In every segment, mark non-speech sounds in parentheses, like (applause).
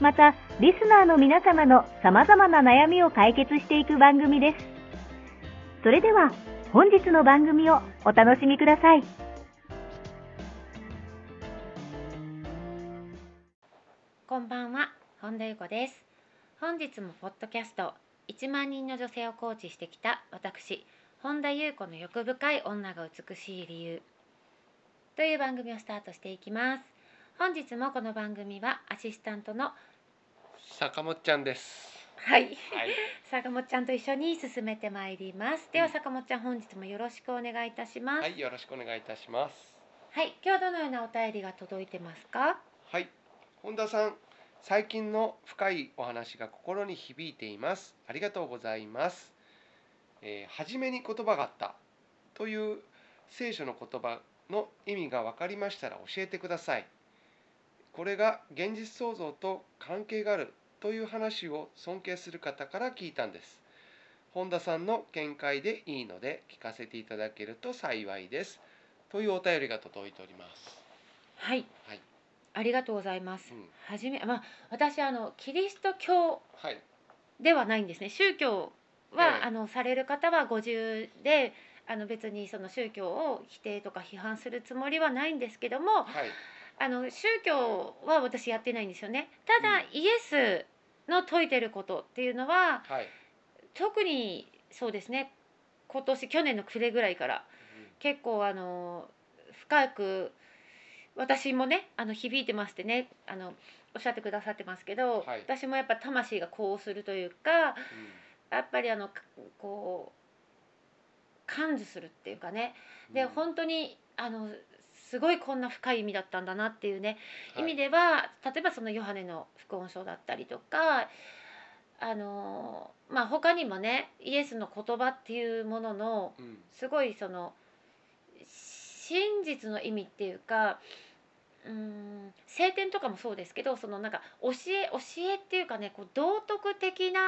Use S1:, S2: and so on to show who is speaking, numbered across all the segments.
S1: また、リスナーの皆様の様々な悩みを解決していく番組です。それでは、本日の番組をお楽しみください。
S2: こんばんは、本田裕子です。本日もポッドキャスト1万人の女性をコーチしてきた私、本田裕子の欲深い女が美しい理由という番組をスタートしていきます。本日もこの番組はアシスタントの
S3: 坂本ちゃんです。
S2: はい
S3: はい、
S2: 坂本ちゃんと一緒に進めてまいります。で
S3: う
S2: は
S3: ん
S2: 坂本ちゃん本日もよろしくお願いいたします。
S3: は
S2: はい、
S3: い、よろしくお願いいたします。
S2: 今日はどのようなお便りが届いてますか？
S3: はい、本田さん、最近の深いお話が心に響いています。ありがとうございます。えー初めに言葉があったという聖書の言葉の意味が分かりましたら教えてください。これが現実創造と関係があるという話を尊敬する方から聞いたんです。本田さんの見解でいいので聞かせていただけると幸いです。というお便りが届いております。
S2: はい、
S3: はい、
S2: ありがとうございます。
S3: うん
S2: はじめ、まあ私あのキリスト教
S3: はい、
S2: ではないんですね宗教は、
S3: ええ
S2: あのされる方はご自由であの別にその宗教を否定とか批判するつもりはないんですけど
S3: は
S2: も
S3: い、
S2: あの宗教は私やってないんですよねただ、
S3: うん
S2: イエスの説いてることっていうのは
S3: はい。
S2: 特にそうですね今年去年の暮れぐらいから結構あの深く私もねあの響いてましてねあのおっしゃってくださってますけど、
S3: はい
S2: 私もやっぱ魂がこうするというかやっぱりあのかこう感受するっていうかねで、本当にあのすごいこんな深い意味だったんだなっていうね、意味
S3: で、
S2: では例えばそのヨハネの福音書だったりとかあのまあ他にもねイエスの言葉っていうものの
S3: うん
S2: すごいその真実の意味っていうかうーん聖典とかもそうですけどそのなんか教え教えっていうかねこう道徳的な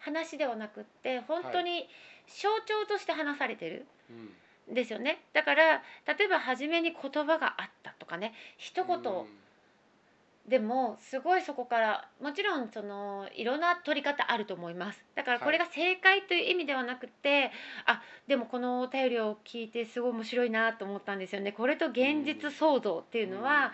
S2: 話ではなくって本当に象徴として話されてる
S3: うん
S2: んですよね、だから例えば初めに言葉があったとかね一言
S3: うん
S2: でもすごいそこからもちろんそのいろんな取り方あると思いますだからこれが正解という意味ではなくて、あでもこのお便りを聞いてすごい面白いなと思ったんですよねこれと現実創造っていうのは、、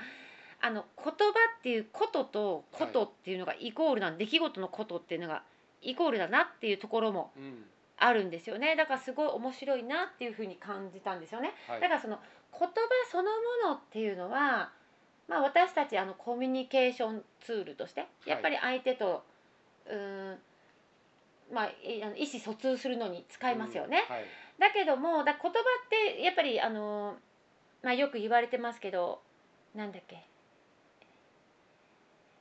S2: あの言葉っていうこととことっていうのがイコールなん、出来事のことっていうのがイコールだなっていうところも
S3: うんうん
S2: あるんですよねだからすごい面白いなっていうふうに感じたんですよね
S3: はい、
S2: だからその言葉そのものっていうのは、まあ、私たちあのコミュニケーションツールとして
S3: い
S2: やっぱり相手と、うーんまあ、いあの意思疎通するのに使いますよね。
S3: うんはい
S2: だけどもだ言葉ってやっぱりあの、まあ、よく言われてますけどなんだっけ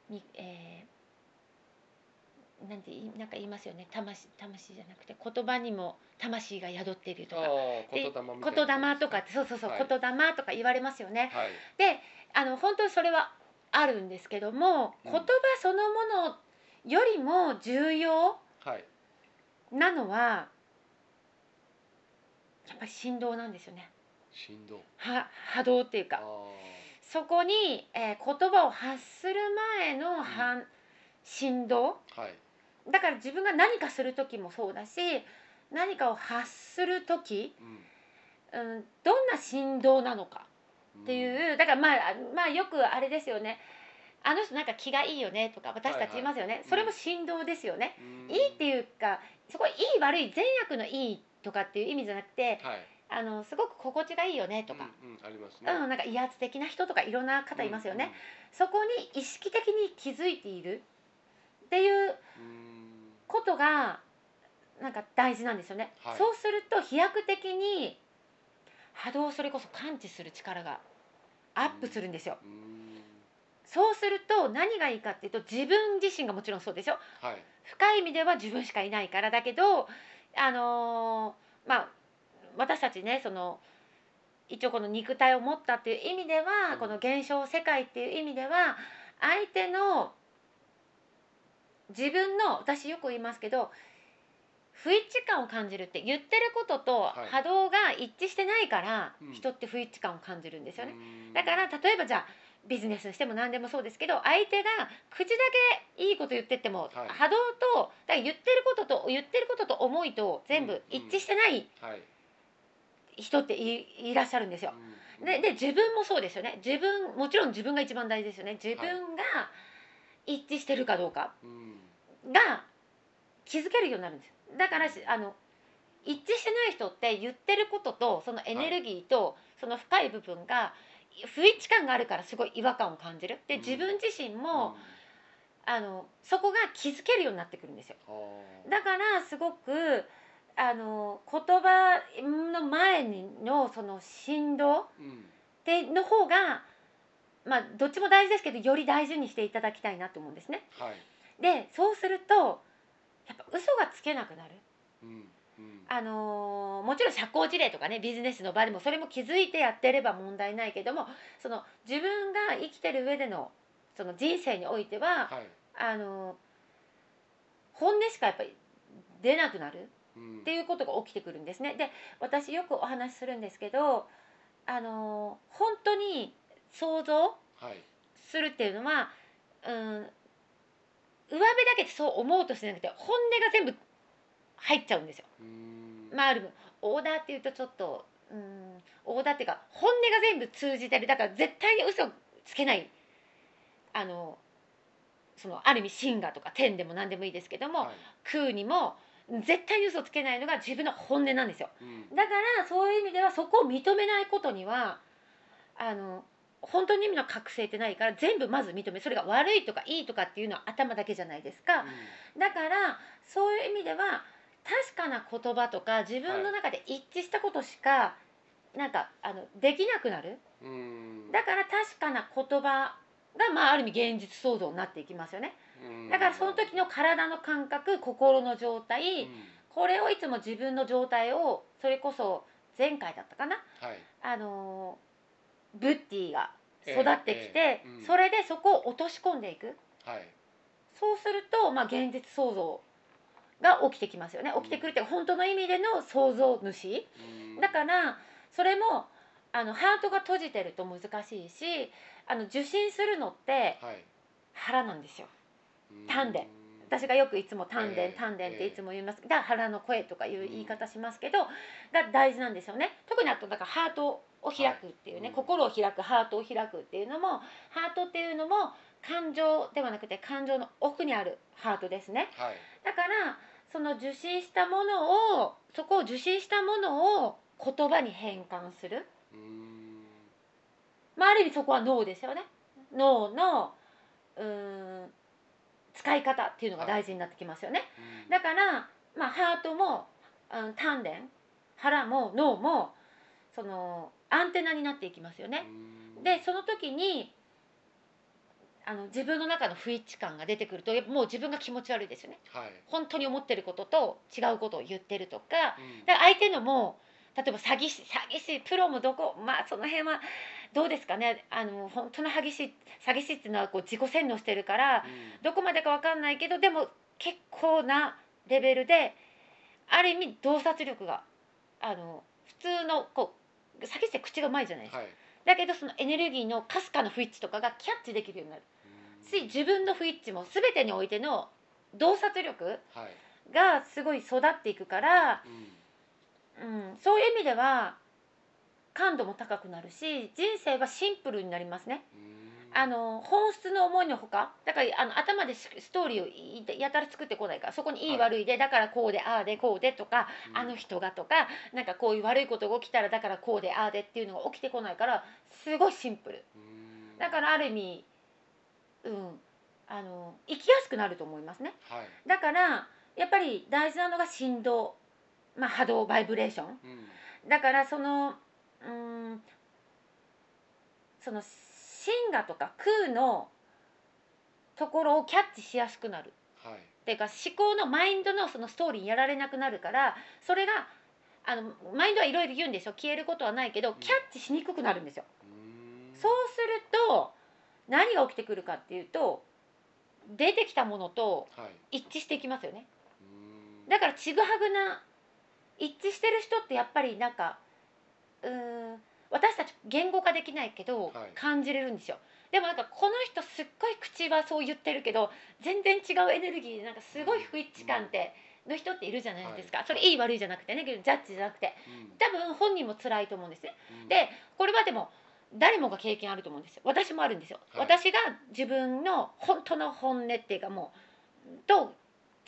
S2: みえーなんて言いなんか言いますよね魂魂じゃなくて言葉にも魂が宿っているとか
S3: あー
S2: で
S3: 言霊みたいな
S2: 言霊とかってそうそうそう、
S3: はい
S2: 言霊とか言われますよね。
S3: はい、
S2: であの本当にそれはあるんですけども、
S3: うん
S2: 言葉そのものよりも重要
S3: はい、
S2: なのはやっぱり振動なんですよね
S3: 振動。
S2: は波動っていう
S3: あ
S2: かそこに、えー言葉を発する前の反、振動
S3: ーはい、
S2: だから自分が何かする時もそうだし何かを発する時、
S3: うん
S2: うん、どんな振動なのか
S3: うん
S2: っていうだからまあまあよくあれですよねあの人なんか気がいいよねとか私たち言いますよね、
S3: い
S2: それも振動ですよね、
S3: うん
S2: いいっていうかそこいい悪い善悪のいいとかっていう意味じゃなくて
S3: はい
S2: あのすごく心地がいいよねとか、
S3: うんうんありますね
S2: うんなんか威圧的な人とかいろんな方いますよね、そこに意識的に気づいているっていう
S3: うんうん
S2: ことがなんか大事なんですよね、
S3: はい
S2: そうすると飛躍的に波動をそれこそ感知する力がアップするんですよ、
S3: うんうん
S2: そうすると何がいいかっていうと自分自身がもちろんそうでしょ
S3: はい
S2: 深い意味では自分しかいないからだけどあのーまあ私たちねその一応この肉体を持ったっていう意味では、
S3: うん
S2: この現象世界っていう意味では相手の自分の私よく言いますけど不一致感を感じるって言ってることと
S3: い
S2: 波動が一致してないから、
S3: うん
S2: 人って不一致感を感じるんですよね。
S3: うん
S2: だから例えばじゃあビジネスにしても何でもそうですけど相手が口だけいいこと言ってっても、
S3: はい
S2: 波動とだから言ってることと言ってることと思いと全
S3: うん
S2: 部一致してない
S3: はい
S2: 人ってい,、いらっしゃるんですよ。
S3: うん
S2: でで自分もそうですよね自分もちろん自分が一番大事ですよね自分が一致してるかどうか
S3: うん
S2: が気づけるようになるんですよだからしあの一致してない人って言ってることとそのエネルギーとその深い部分が不一致感があるからすごい違和感を感じるで
S3: うん
S2: 自分自身
S3: う
S2: も、
S3: ん
S2: あのそこが気づけるようになってくるんですよ
S3: あー
S2: だからすごくあの言葉の前にのその振動
S3: うん
S2: での方がまあどっちも大事ですけどより大事にしていただきたいなと思うんですね。
S3: はい
S2: でそうするとやっぱ嘘がつけなくなる
S3: うんうん
S2: あのーもちろん社交辞令とかねビジネスの場でもそれも気づいてやってれば問題ないけどもその自分が生きてる上でのその人生においては、
S3: はい
S2: あのー本音しかやっぱり出なくなる
S3: うん
S2: っていうことが起きてくるんですね。で私よくお話しするんですけど、あのー本当に想像
S3: はい
S2: するっていうのは、うん、上辺だけでそう思おうとしてなくて本音が全部入っちゃうんですよ。
S3: うん
S2: まあ、ある分オーダーっていうとちょっと、うん、オーダーっていうか本音が全部通じてるだから絶対に嘘つけないあのそのある意味シンガーとか天でも何でもいいですけども、
S3: はい
S2: 空にも絶対に嘘つけないのが自分の本音なんですよ
S3: うん
S2: だからそういう意味ではそこを認めないことにはあの本当に意味の覚醒ってないから全部まず認めそれが悪いとかいいとかっていうのは頭だけじゃないですか。だからそういう意味では確かな言葉とか自分の中で一致したことしか、なんかあのできなくなる
S3: うんうん
S2: だから確かな言葉が、まあ、ある意味現実創造になっていきますよね
S3: うん
S2: だからその時の体の感覚心の状態、
S3: うん
S2: これをいつも自分の状態をそれこそ前回だったかな
S3: はい
S2: あのーブッディが育ってきて
S3: え、えええうん
S2: それでそこを落とし込んでいく
S3: はい
S2: そうすると、まあ、現実創造が起きてきますよね起きてくるって本当の意味での創造主
S3: うん
S2: だからそれもあのハートが閉じてると難しいしあの受信するのって
S3: はい
S2: 腹なんですよ丹田
S3: うん
S2: 私がよくいつも丹田
S3: ええ
S2: 丹田っ
S3: ええ
S2: ていつも言いますだから腹の声とかいう言い方しますけどが大事なんですよね特にあとだからハートを開くっていう
S3: はい
S2: ね
S3: うん
S2: 心を開くハートを開くっていうのもハートっていうのも感情ではなくて感情の奥にあるハートですね
S3: はい
S2: だからその受信したものをそこを受信したものを言葉に変換する、
S3: うん
S2: まあ、ある意味そこは脳ですよね脳のうーん使い方っていうのが大事になってきますよね、
S3: うん
S2: だから、まあ、ハートも、うん、丹田腹も脳もそのアンテナになっていきますよね
S3: うん
S2: でその時にあの自分の中の不一致感が出てくるとやっぱもう自分が気持ち悪いですよね
S3: はい
S2: 本当に思ってることと違うことを言ってるとか
S3: うん
S2: だから相手のも例えば詐欺師詐欺師プロもどこまあその辺はどうですかねあの本当の詐欺師詐欺師っていうのはこう自己洗脳してるから
S3: うん
S2: どこまでかわかんないけどでも結構なレベルである意味洞察力があの普通のこう詐欺師って口がうまいじゃないですか、
S3: はい
S2: だけどそのエネルギーのかすかな不一致とかがキャッチできるようになる
S3: うん
S2: し自分の不一致も全てにおいての洞察力
S3: はい
S2: がすごい育っていくから、
S3: うん
S2: うん、そういう意味では感度も高くなるし人生はシンプルになりますね。
S3: うん
S2: あの本質の思いのほかだからあの頭でスストーリーをいいやたら作ってこないからそこにいい
S3: はい
S2: 悪いで、だからこうでああでこうでとか、あの人がとかなんかこういう悪いことが起きたらだからこうでああでっていうのが起きてこないからすごいシンプルだかららある意味うんあの生きやすくなると思いますね
S3: はい
S2: だからやっぱり大事なのが振動、まあ、波動バイブレーション
S3: うん
S2: だからそのうーんその神がとか空のところをキャッチしやすくなる
S3: はい
S2: っていうか思考のマインドのそのストーリーにやられなくなるからそれがあのマインドはいろいろ言うんでしょ消えることはないけどキャッチしにくくなるんですよ。
S3: うん
S2: そうすると何が起きてくるかっていうと出てきたものと
S3: はい
S2: 一致していきますよね。
S3: うん
S2: だからちぐはぐな一致してる人ってやっぱりなんかうーん私たち言語化できないけど
S3: はい
S2: 感じれるんですよ、でもなんかこの人すっごい口はそう言ってるけど全然違うエネルギーでなんかすごい不一致感っての人っているじゃないですか、
S3: はい
S2: それいい悪いじゃなくてねけどジャッジじゃなくて
S3: うん
S2: 多分本人も辛いと思うんですね
S3: うん
S2: でこれはでも誰もが経験あると思うんですよ私もあるんですよ、
S3: はい
S2: 私が自分の本当の本音っていうかもうと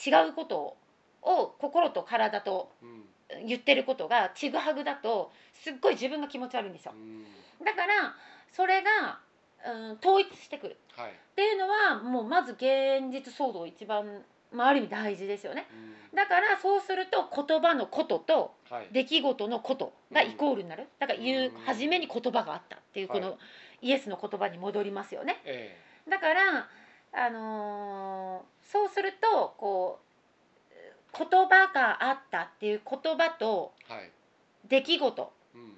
S2: 違うことをを心と体と
S3: うん
S2: 言ってることがちぐはぐだとすっごい自分が気持ち悪いんですよ
S3: うん
S2: だからそれが、うん、統一してくる
S3: はい
S2: っていうのはもうまず現実騒動一番、まあ、ある意味大事ですよね
S3: うん
S2: だからそうすると言葉のことと
S3: はい
S2: 出来事のことがイコールになるだから言う
S3: うん
S2: 初めに言葉があったっていう
S3: は
S2: こ
S3: い
S2: のイエスの言葉に戻りますよね
S3: ええ
S2: だからあのーそうするとこう言葉があったっていう言葉と
S3: はい
S2: 出来事っ
S3: うん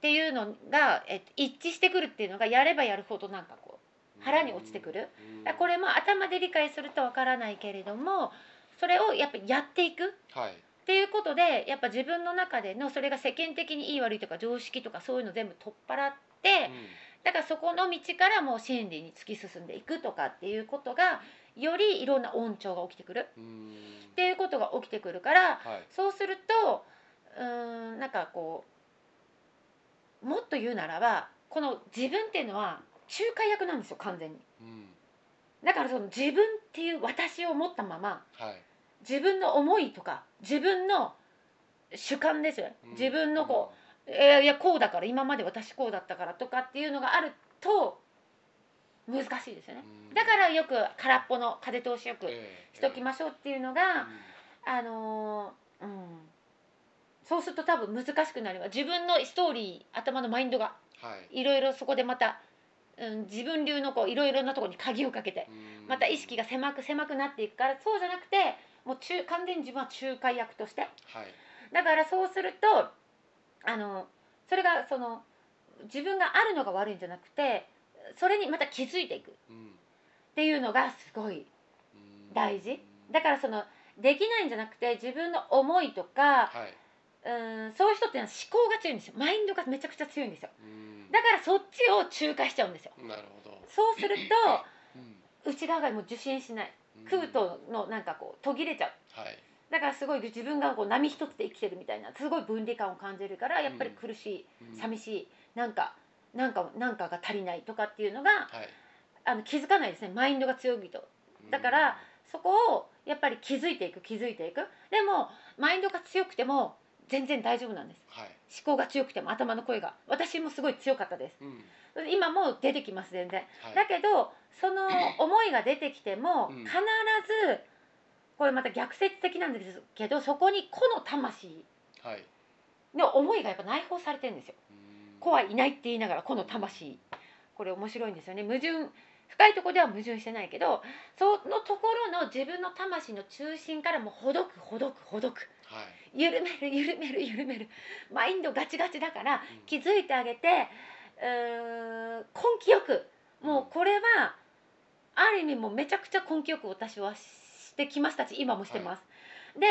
S2: ていうのが、えっと、一致してくるっていうのがやればやるほどなんかこ腹に落ちてくる
S3: うん
S2: うこれも頭で理解するとわからないけれどもそれをやっぱやっていく
S3: はい
S2: っていうことでやっぱ自分の中でのそれが世間的にいい悪いとか常識とかそういうの全部取っ払って、
S3: うん
S2: だからそこの道からもう真理に突き進んでいくとかっていうことがよりいろんな恩寵が起きてくる
S3: うん
S2: っていうことが起きてくるから
S3: はい
S2: そうするとうーんなんかこうもっと言うならばこの自分っていうのは仲介役なんですよ完全に。
S3: うん
S2: だからその自分っていう私を持ったまま
S3: はい
S2: 自分の思いとか自分の主観ですよね
S3: うん
S2: 自分のこう、えーいやこうだから今まで私こうだったからとかっていうのがあると難しいですよね
S3: うん
S2: だからよく空っぽの風通しよく
S3: ええ
S2: しときましょうっていうのが、あのーうんそうすると多分難しくなります自分のストーリー頭のマインドが
S3: うんはい
S2: いろいろそこでまた、うん、自分流のこういろいろなところに鍵をかけて
S3: うん
S2: また意識が狭く狭くなっていくからそうじゃなくてもう中完全に自分は仲介役として
S3: はい
S2: だからそうするとあのそれがその自分があるのが悪いんじゃなくてそれにまた気づいていくっ
S3: うん
S2: ていうのがすごい
S3: うん
S2: 大事だからそのできないんじゃなくて自分の思いとか
S3: はい
S2: うんそういう人っていうのは思考が強いんですよマインドがめちゃくちゃ強いんですよ
S3: うん
S2: だからそっちを仲介しちゃうんですよ
S3: なるほど
S2: そうする
S3: うん (laughs)
S2: と内側がもう受信しない
S3: うん
S2: 空とのなんかこう途切れちゃう
S3: はい
S2: だからすごい自分がこう波一つで生きてるみたいなすごい分離感を感じるからやっぱり苦しい、寂
S3: しい
S2: しいなんかなんかなんかが足りないとかっていうのが
S3: はい
S2: あの気づかないですねマインドが強いとだからそこをやっぱり気づいていく気づいていくでもマインドが強くても全然大丈夫なんです
S3: うんはい
S2: 思考が強くても頭の声が私もすごい強かったです
S3: うん
S2: 今もう出てきます全然
S3: はい
S2: だけどその思いが出てきても
S3: うん
S2: 必ずこれまた逆説的なんですけどそこに個の魂
S3: はい
S2: の思いがやっぱ内包されてるんですよ
S3: うん
S2: 子はいないって言いながら個の魂これ面白いんですよね矛盾深いとこでは矛盾してないけどそのところの自分の魂の中心からもうほどくほどくほどく
S3: はい
S2: 緩める緩める緩めるマインドガチガチだから
S3: うん
S2: 気づいてあげてうーん根気よくもうこれはある意味もうめちゃくちゃ根気よく私はしてきましたし今もしてます、で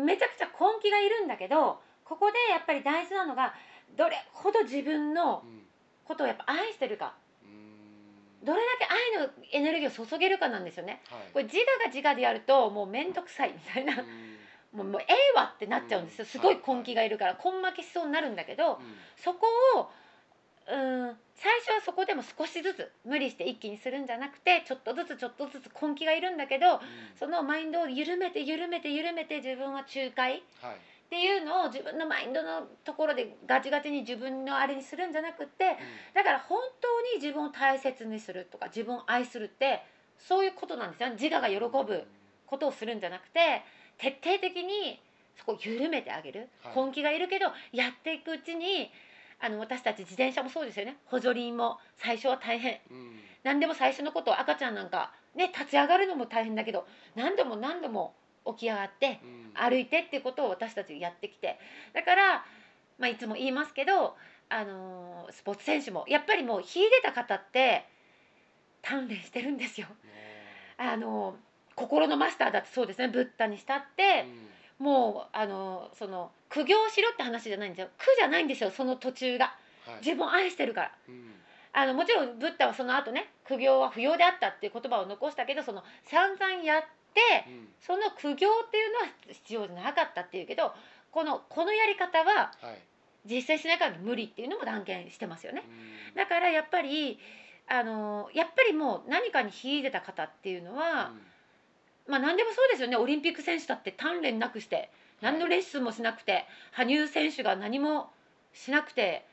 S2: めちゃくちゃ根気がいるんだけどここでやっぱり大事なのがどれほど自分の
S3: うん
S2: ことをやっぱ愛してるか
S3: うん
S2: どれだけ愛のエネルギーを注げるかなんですよね
S3: はい
S2: これ自我が自我でやるともう面倒くさいみたいな
S3: うん
S2: もうもうええわってなっちゃうんですよすごい根気がいるから根負けしそうになるんだけ
S3: う
S2: ど、
S3: ん
S2: そこをうん最初はそこでも少しずつ無理して一気にするんじゃなくてちょっとずつちょっとずつ根気がいるんだけどそのマインドを緩めて緩めて緩めて自分は仲介っ
S3: はい
S2: ていうのを自分のマインドのところでガチガチに自分のあれにするんじゃなくてだから本当に自分を大切にするとか自分を愛するってそういうことなんですよ自我が喜ぶことをするんじゃなくて徹底的にそこを緩めてあげる、
S3: はい
S2: 根気がいるけどやっていくうちにあの私たち自転車もそうですよね補助輪も最初は大変
S3: うんうん
S2: 何でも最初のこと赤ちゃんなんかね立ち上がるのも大変だけど何度も何度も起き上がって
S3: うん
S2: 歩いてっていうことを私たちやってきてだから、まあ、いつも言いますけど、あのースポーツ選手もやっぱりもう秀でた方って鍛錬してるんですよ。
S3: ね
S2: あの心のマスターだってそうですねブッダにしたっ
S3: え
S2: て
S3: う、ん
S2: もうあのその苦行しろって話じゃないんですよ苦じゃないんですよその途中が
S3: はい
S2: 自分を愛してるから
S3: うん
S2: あのもちろんブッダはその後ね苦行は不要であったっていう言葉を残したけどその散々やって
S3: うん
S2: その苦行っていうのは必要じゃなかったっていうけどこのこのやり方は
S3: はい
S2: 実践しないから無理っていうのも断言してますよね
S3: う。ん
S2: だからやっぱりあのやっぱりもう何かに秀でた方っていうのは、
S3: うん
S2: まあ何でもそうですよねオリンピック選手だって鍛錬なくして何のレッスンもしなくて、羽生選手が何もしなくて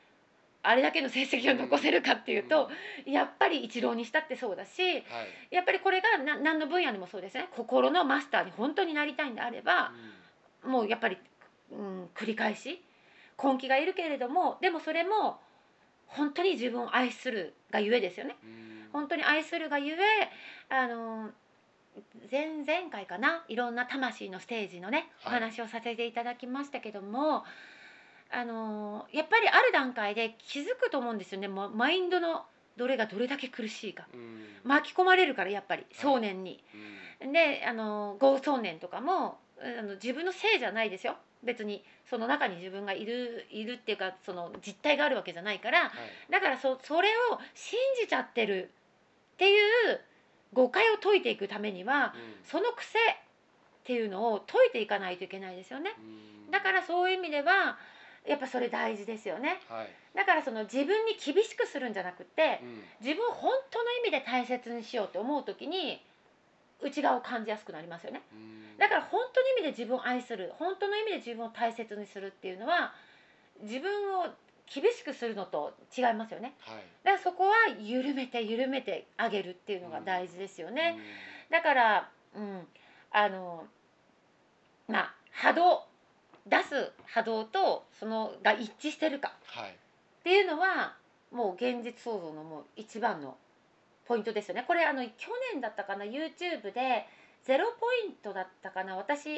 S2: あれだけの成績を残せるかっていうと、やっぱりイチローにしたってそうだし
S3: うんはい
S2: やっぱりこれがな何の分野でもそうですね心のマスターに本当になりたいんであれば、もうやっぱり、うん、繰り返し根気がいるけれどもでもそれも本当に自分を愛するがゆえですよね。
S3: うんうん
S2: 本当に愛するがゆえあの前々回かないろんな魂のステージのね、
S3: はい
S2: お話をさせていただきましたけどもあのやっぱりある段階で気づくと思うんですよねもうマインドのどれがどれだけ苦しいか
S3: うん
S2: 巻き込まれるからやっぱり想念に。
S3: うん
S2: であの豪壮年とかもうんあの自分のせいじゃないですよ別にその中に自分がいるいるっていうかその実態があるわけじゃないから、
S3: はい
S2: だからそそれを信じちゃってるっていう誤解を解いていくためにはその癖っていうのを解いていかないといけないですよね。
S3: うん
S2: だからそういう意味ではやっぱそれ大事ですよね。
S3: はい
S2: だからその自分に厳しくするんじゃなくて
S3: うん
S2: 自分を本当の意味で大切にしようって思う時に内側を感じやすくなりますよね。
S3: うん
S2: だから本当の意味で自分を愛する本当の意味で自分を大切にするっていうのは自分を厳しくするのと違いますよね。
S3: はい
S2: だからそこは緩めて緩めてあげるっていうのが大事ですよね、だから、うん、あのまあ波動出す波動とそのが一致してるか
S3: うんはい
S2: っていうのはもう現実創造のもう一番のポイントですよねこれあの去年だったかな YouTube でゼロポイントだったかな私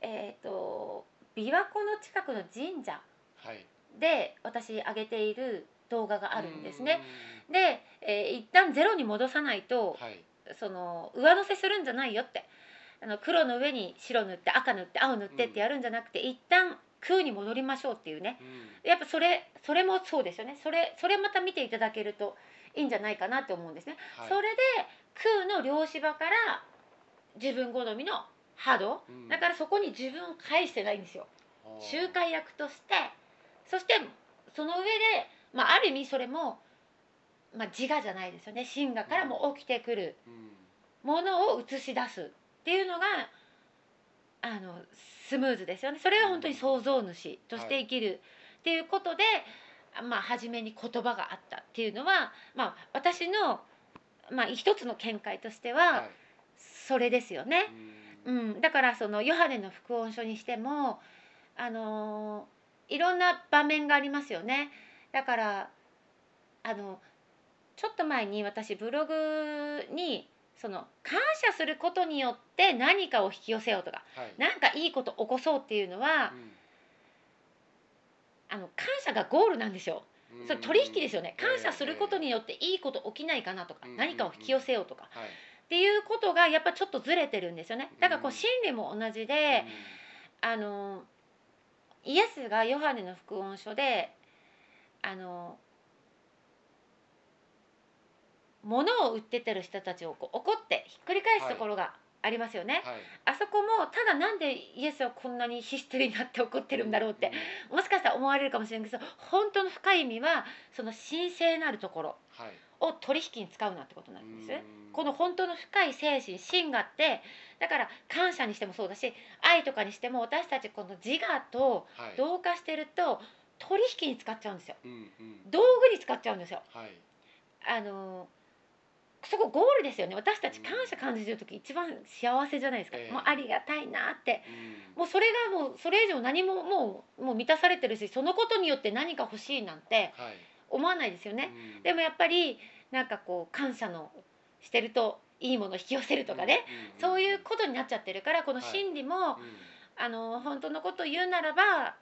S2: えっ、と琵琶湖の近くの神社
S3: はい
S2: で私上げている動画があるんですね。で、えー一旦ゼロに戻さない
S3: うん
S2: と、
S3: はい
S2: その上乗せするんじゃないよってあの黒の上に白塗って赤塗って青塗ってってやるんじゃなくて、一旦空に戻りましょうっていうね
S3: うん
S2: やっぱそれそれもそうですよねそれそれまた見ていただけるといいんじゃないかなって思うんですね、
S3: はい
S2: それで空の両芝から自分好みの波動
S3: うん
S2: だからそこに自分を返してないんですよ
S3: あー
S2: 仲介役としてそしてその上で、まあ、ある意味それも、まあ、自我じゃないですよね神我からも起きてくる
S3: うん
S2: ものを映し出すっていうのがあのスムーズですよねそれが本当に創造主として生きるっていうことで、まあ、初めに言葉があったっていうのは、まあ、私の、まあ、一つの見解としては
S3: はい
S2: それですよね。
S3: うん
S2: うん、だからそのヨハネの福音書にしても、あのーいろんな場面がありますよね。だからあのちょっと前に私ブログにその感謝することによって何かを引き寄せようとか
S3: はい
S2: 何かいいこと起こそうっていうのはあの感謝がゴールなんですよ。
S3: うん
S2: それ取引ですよね。
S3: うん
S2: 感謝することによっていいこと起きないかなとか
S3: うん
S2: 何かを引き寄せようとか
S3: ええはい
S2: っていうことがやっぱちょっとずれてるんですよね。だからこ
S3: う
S2: うん心理も同じで、あのイエスがヨハネの福音書であの物を売っててる人たちをこう怒ってひっくり返すところがあありますよね。
S3: はい、
S2: あそこもただなんでイエスはこんなにヒステリーになって怒ってるんだろうってもしかしたら思われるかもしれないけど本当の深い意味はその神聖なるところ
S3: はい、
S2: を取引に使うなってことなんですね。
S3: うん
S2: この本当の深い精神真があってだから感謝にしてもそうだし愛とかにしても私たちこの自我と
S3: はい、
S2: 同化してると取引に使っちゃうんですよ
S3: うんうん、
S2: 道具に使っちゃうんですよ
S3: はい、
S2: あのーそこゴールですよね私たち感謝感じてる時一番幸せじゃないですか、
S3: ええ
S2: もうありがたいなって
S3: うん、
S2: もうそれがもうそれ以上何ももうもう満たされてるしそのことによって何か欲しいなんて
S3: はい、
S2: 思わないですよね、
S3: うん
S2: でもやっぱりなんかこう感謝のしてるといいもの引き寄せるとかね、、
S3: ん
S2: そういうことになっちゃってるからこの心理も、あの本当のことを言うならば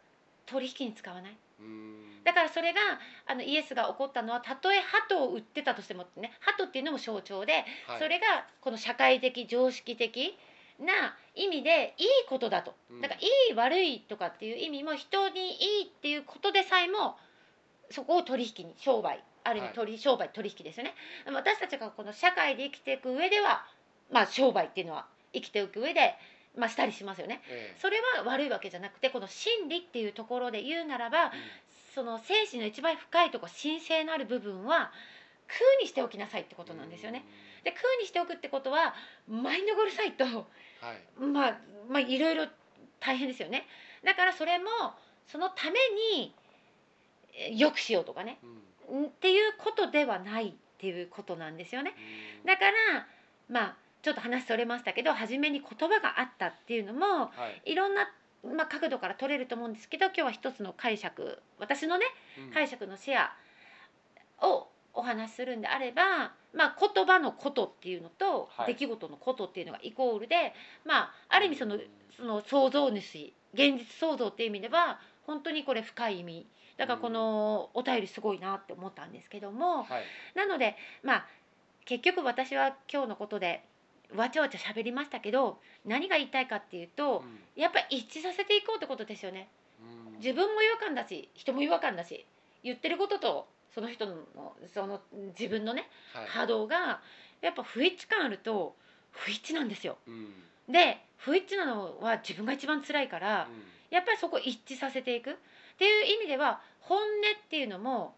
S2: 取引に使わない
S3: うん、
S2: だ
S3: か
S2: からそれがあのイエスが怒ったのはたとえ鳩を売ってたとしてもってね鳩っていうのも象徴で、
S3: ら、はい
S2: そ、れがこの社会的常識的な意味でいいことだと、
S3: うん
S2: だからいい悪いとかっていう意味も人にいいっていうことでさえもそこを取引に商売ある意味取り、商売取引ですよねでも私たちがこの社会で生きていく上ではまあ商売っていうのは生きていく上でまあしたりしますよね
S3: ええ
S2: それは悪いわけじゃなくてこの真理っていうところで言うならばその精神の一番深いところ神聖のある部分は空にしておきなさいってことなんですよね。。で空にしておくってことはマインドゴルサイト
S3: うんはい、
S2: まあまあいろいろ大変ですよねだからそれもそのためにえー良くしようとかね
S3: うん
S2: んっていうことではないっていうことなんですよね
S3: うん
S2: だからまあちょっと話それましたけど初めに言葉があったっていうのも
S3: はい、
S2: いろんな、まあ、角度から取れると思うんですけど今日は一つの解釈私のね
S3: うん
S2: 解釈のシェアをお話しするんであれば、まあ、言葉のことっていうのと、
S3: はい
S2: 出来事のことっていうのがイコールで、まあ、ある意味そのその創造主現実創造っていう意味では本当にこれ深い意味だからこのお便りすごいなって思ったんですけど
S3: は
S2: も、
S3: い、
S2: なのでまあ結局私は今日のことでわちゃわちゃ喋りましたけど何が言いたいかっていうと、やっぱり一致させていこうってことですよね。
S3: うん
S2: 自、分も違和感だし人も違和感だし言ってることとその人のその自分のね
S3: うんはい、
S2: 波動がやっぱ不一致感あると不一致なんですよ。
S3: うん、うん
S2: で不一致なのは自分が一番辛いからやっぱりそこ一致させていくっていう意味では本音っていうのも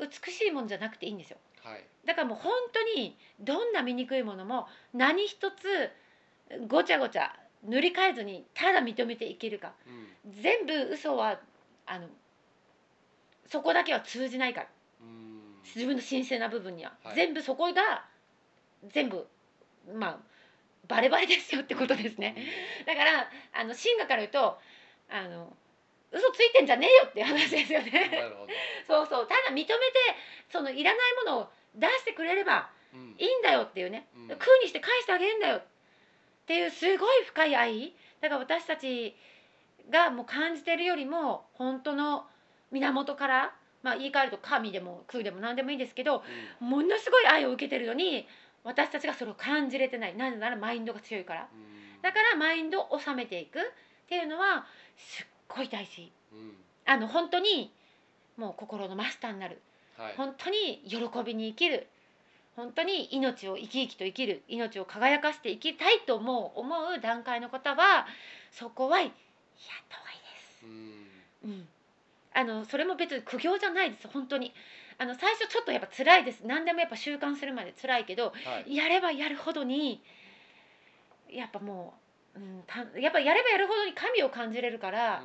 S2: 美しいものじゃなくていいんですよ。
S3: はい、
S2: だからもう本当にどんな醜いものも何一つごちゃごちゃ塗り替えずにただ認めていけるか
S3: うん
S2: 全部嘘はあのそこだけは通じないから
S3: うん、
S2: 自分の神聖な部分には、
S3: はい
S2: 全部そこが全部まあバレバレですよってことですね、だからあの神学から言うとあの嘘ついてんじゃねえよっていう話ですよ
S3: うん。な
S2: ね
S3: るほど。
S2: そうそうただ認めてそのいらないものを出してくれれば
S3: うん
S2: いいんだよっていうね、
S3: うん
S2: 空にして返してあげるんだよっていうすごい深い愛だから私たちがもう感じてるよりも本当の源から、まあ、言い換えると神でも空でも何でもいいですけどものすごい愛を受けてるのに私たちがそれを感じれてないなぜならマインドが強いから
S3: うん
S2: だからマインドを収めていくっていうのはすっごい大事
S3: うん
S2: あの本当にもう心のマスターになる
S3: はい、
S2: 本当に喜びに生きる本当に命を生き生きと生きる命を輝かして生きたいとも思う段階の方はそこはやった方がい
S3: うん
S2: いです、うん、あのそれも別に苦行じゃないです本当にあの最初ちょっとやっぱ辛いです何でもやっぱ習慣するまで辛いけど
S3: はい、
S2: やればやるほどにやっぱもう、うん、たやっぱやればやるほどに神を感じれるから、
S3: うん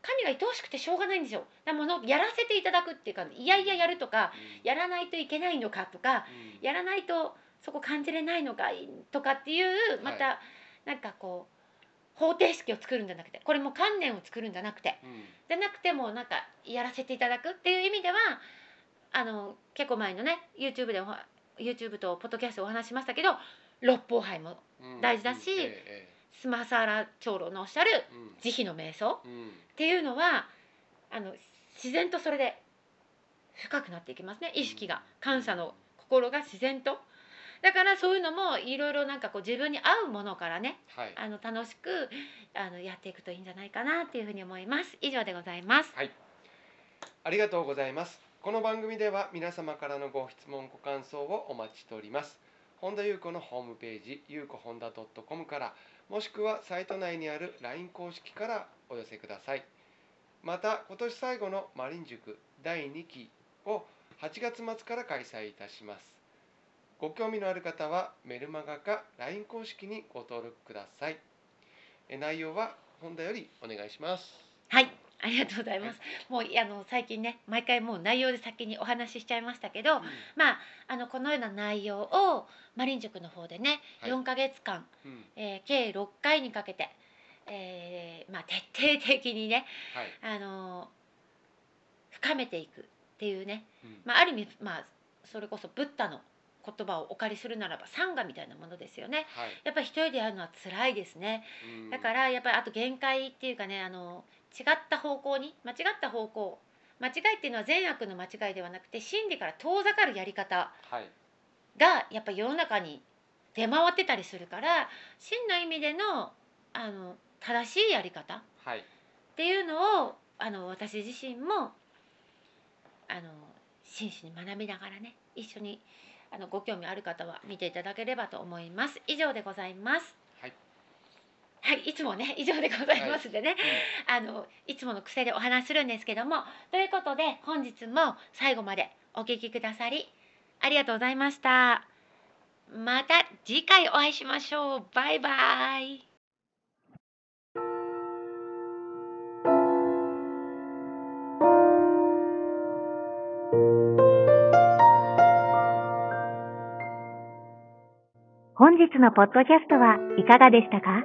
S2: 神が愛おしくてしょうがないんですよだからもうやらせていただくっていうかいやいややるとかやらないといけないのかとか
S3: うん
S2: やらないとそこ感じれないのかいとかっていう
S3: い
S2: またなんかこう方程式を作るんじゃなくてこれも観念を作るんじゃなくて
S3: うん
S2: じゃなくてもうなんかやらせていただくっていう意味ではあの結構前のね YouTube でお YouTube とポッドキャストでお話しましたけど六法杯も
S3: うん
S2: 大事だし
S3: うんえ
S2: スマサーラ長老のおっしゃる
S3: えええうん
S2: 慈悲の瞑想
S3: うん
S2: っていうのはあの自然とそれで深くなっていきますね意識が感謝の心が自然とだからそういうのもいろいろなんかこう自分に合うものからね
S3: はい、
S2: あの楽しくあのやっていくといいんじゃないかなっていうふうに思います以上でございます
S3: ありがとうございますこの番組では皆様からのご質問ご感想をお待ちしております本田裕子のホームページゆうこ本田 .com からもしくはサイト内にある LINE 公式からお寄せくださいまた今年最後のマリン塾第2期を8月末から開催いたしますご興味のある方はメルマガか LINE 公式にご登録くださいえ内容は本田よりお願いします
S2: はい、ありがとうございます。もういやあの最近ね、毎回もう内容で先にお話ししちゃいましたけど、まああのこのような内容をマリン塾の方でね、
S3: はい
S2: 4ヶ月間、
S3: うん、うん
S2: えー計6回にかけて、えーまあ徹底的にね、
S3: はい、
S2: あのー深めていくっていうね、
S3: うん
S2: まあある意味まあそれこそブッダの言葉をお借りするならばサンガみたいなものですよね。
S3: はい
S2: やっぱり一人でやるのは辛いですね。
S3: うん
S2: だからやっぱりあと限界っていうかねあの違った方向に間違った方向間違いっていうのは善悪の間違いではなくて真理から遠ざかるやり方
S3: はい
S2: がやっぱ世の中に出回ってたりするから真の意味でのあの正しいやり方っ
S3: はい
S2: ていうのをあの私自身もあの真摯に学びながらね一緒にあのご興味ある方は見ていただければと思います。以上でございます。
S3: はい
S2: はい、いつもね以上でございますでね、
S3: う
S2: あのいつもの癖でお話しするんですけどもということで本日も最後までお聞きくださりありがとうございましたまた次回お会いしましょうバイバイ
S1: 本日のポッドキャストはいかがでしたか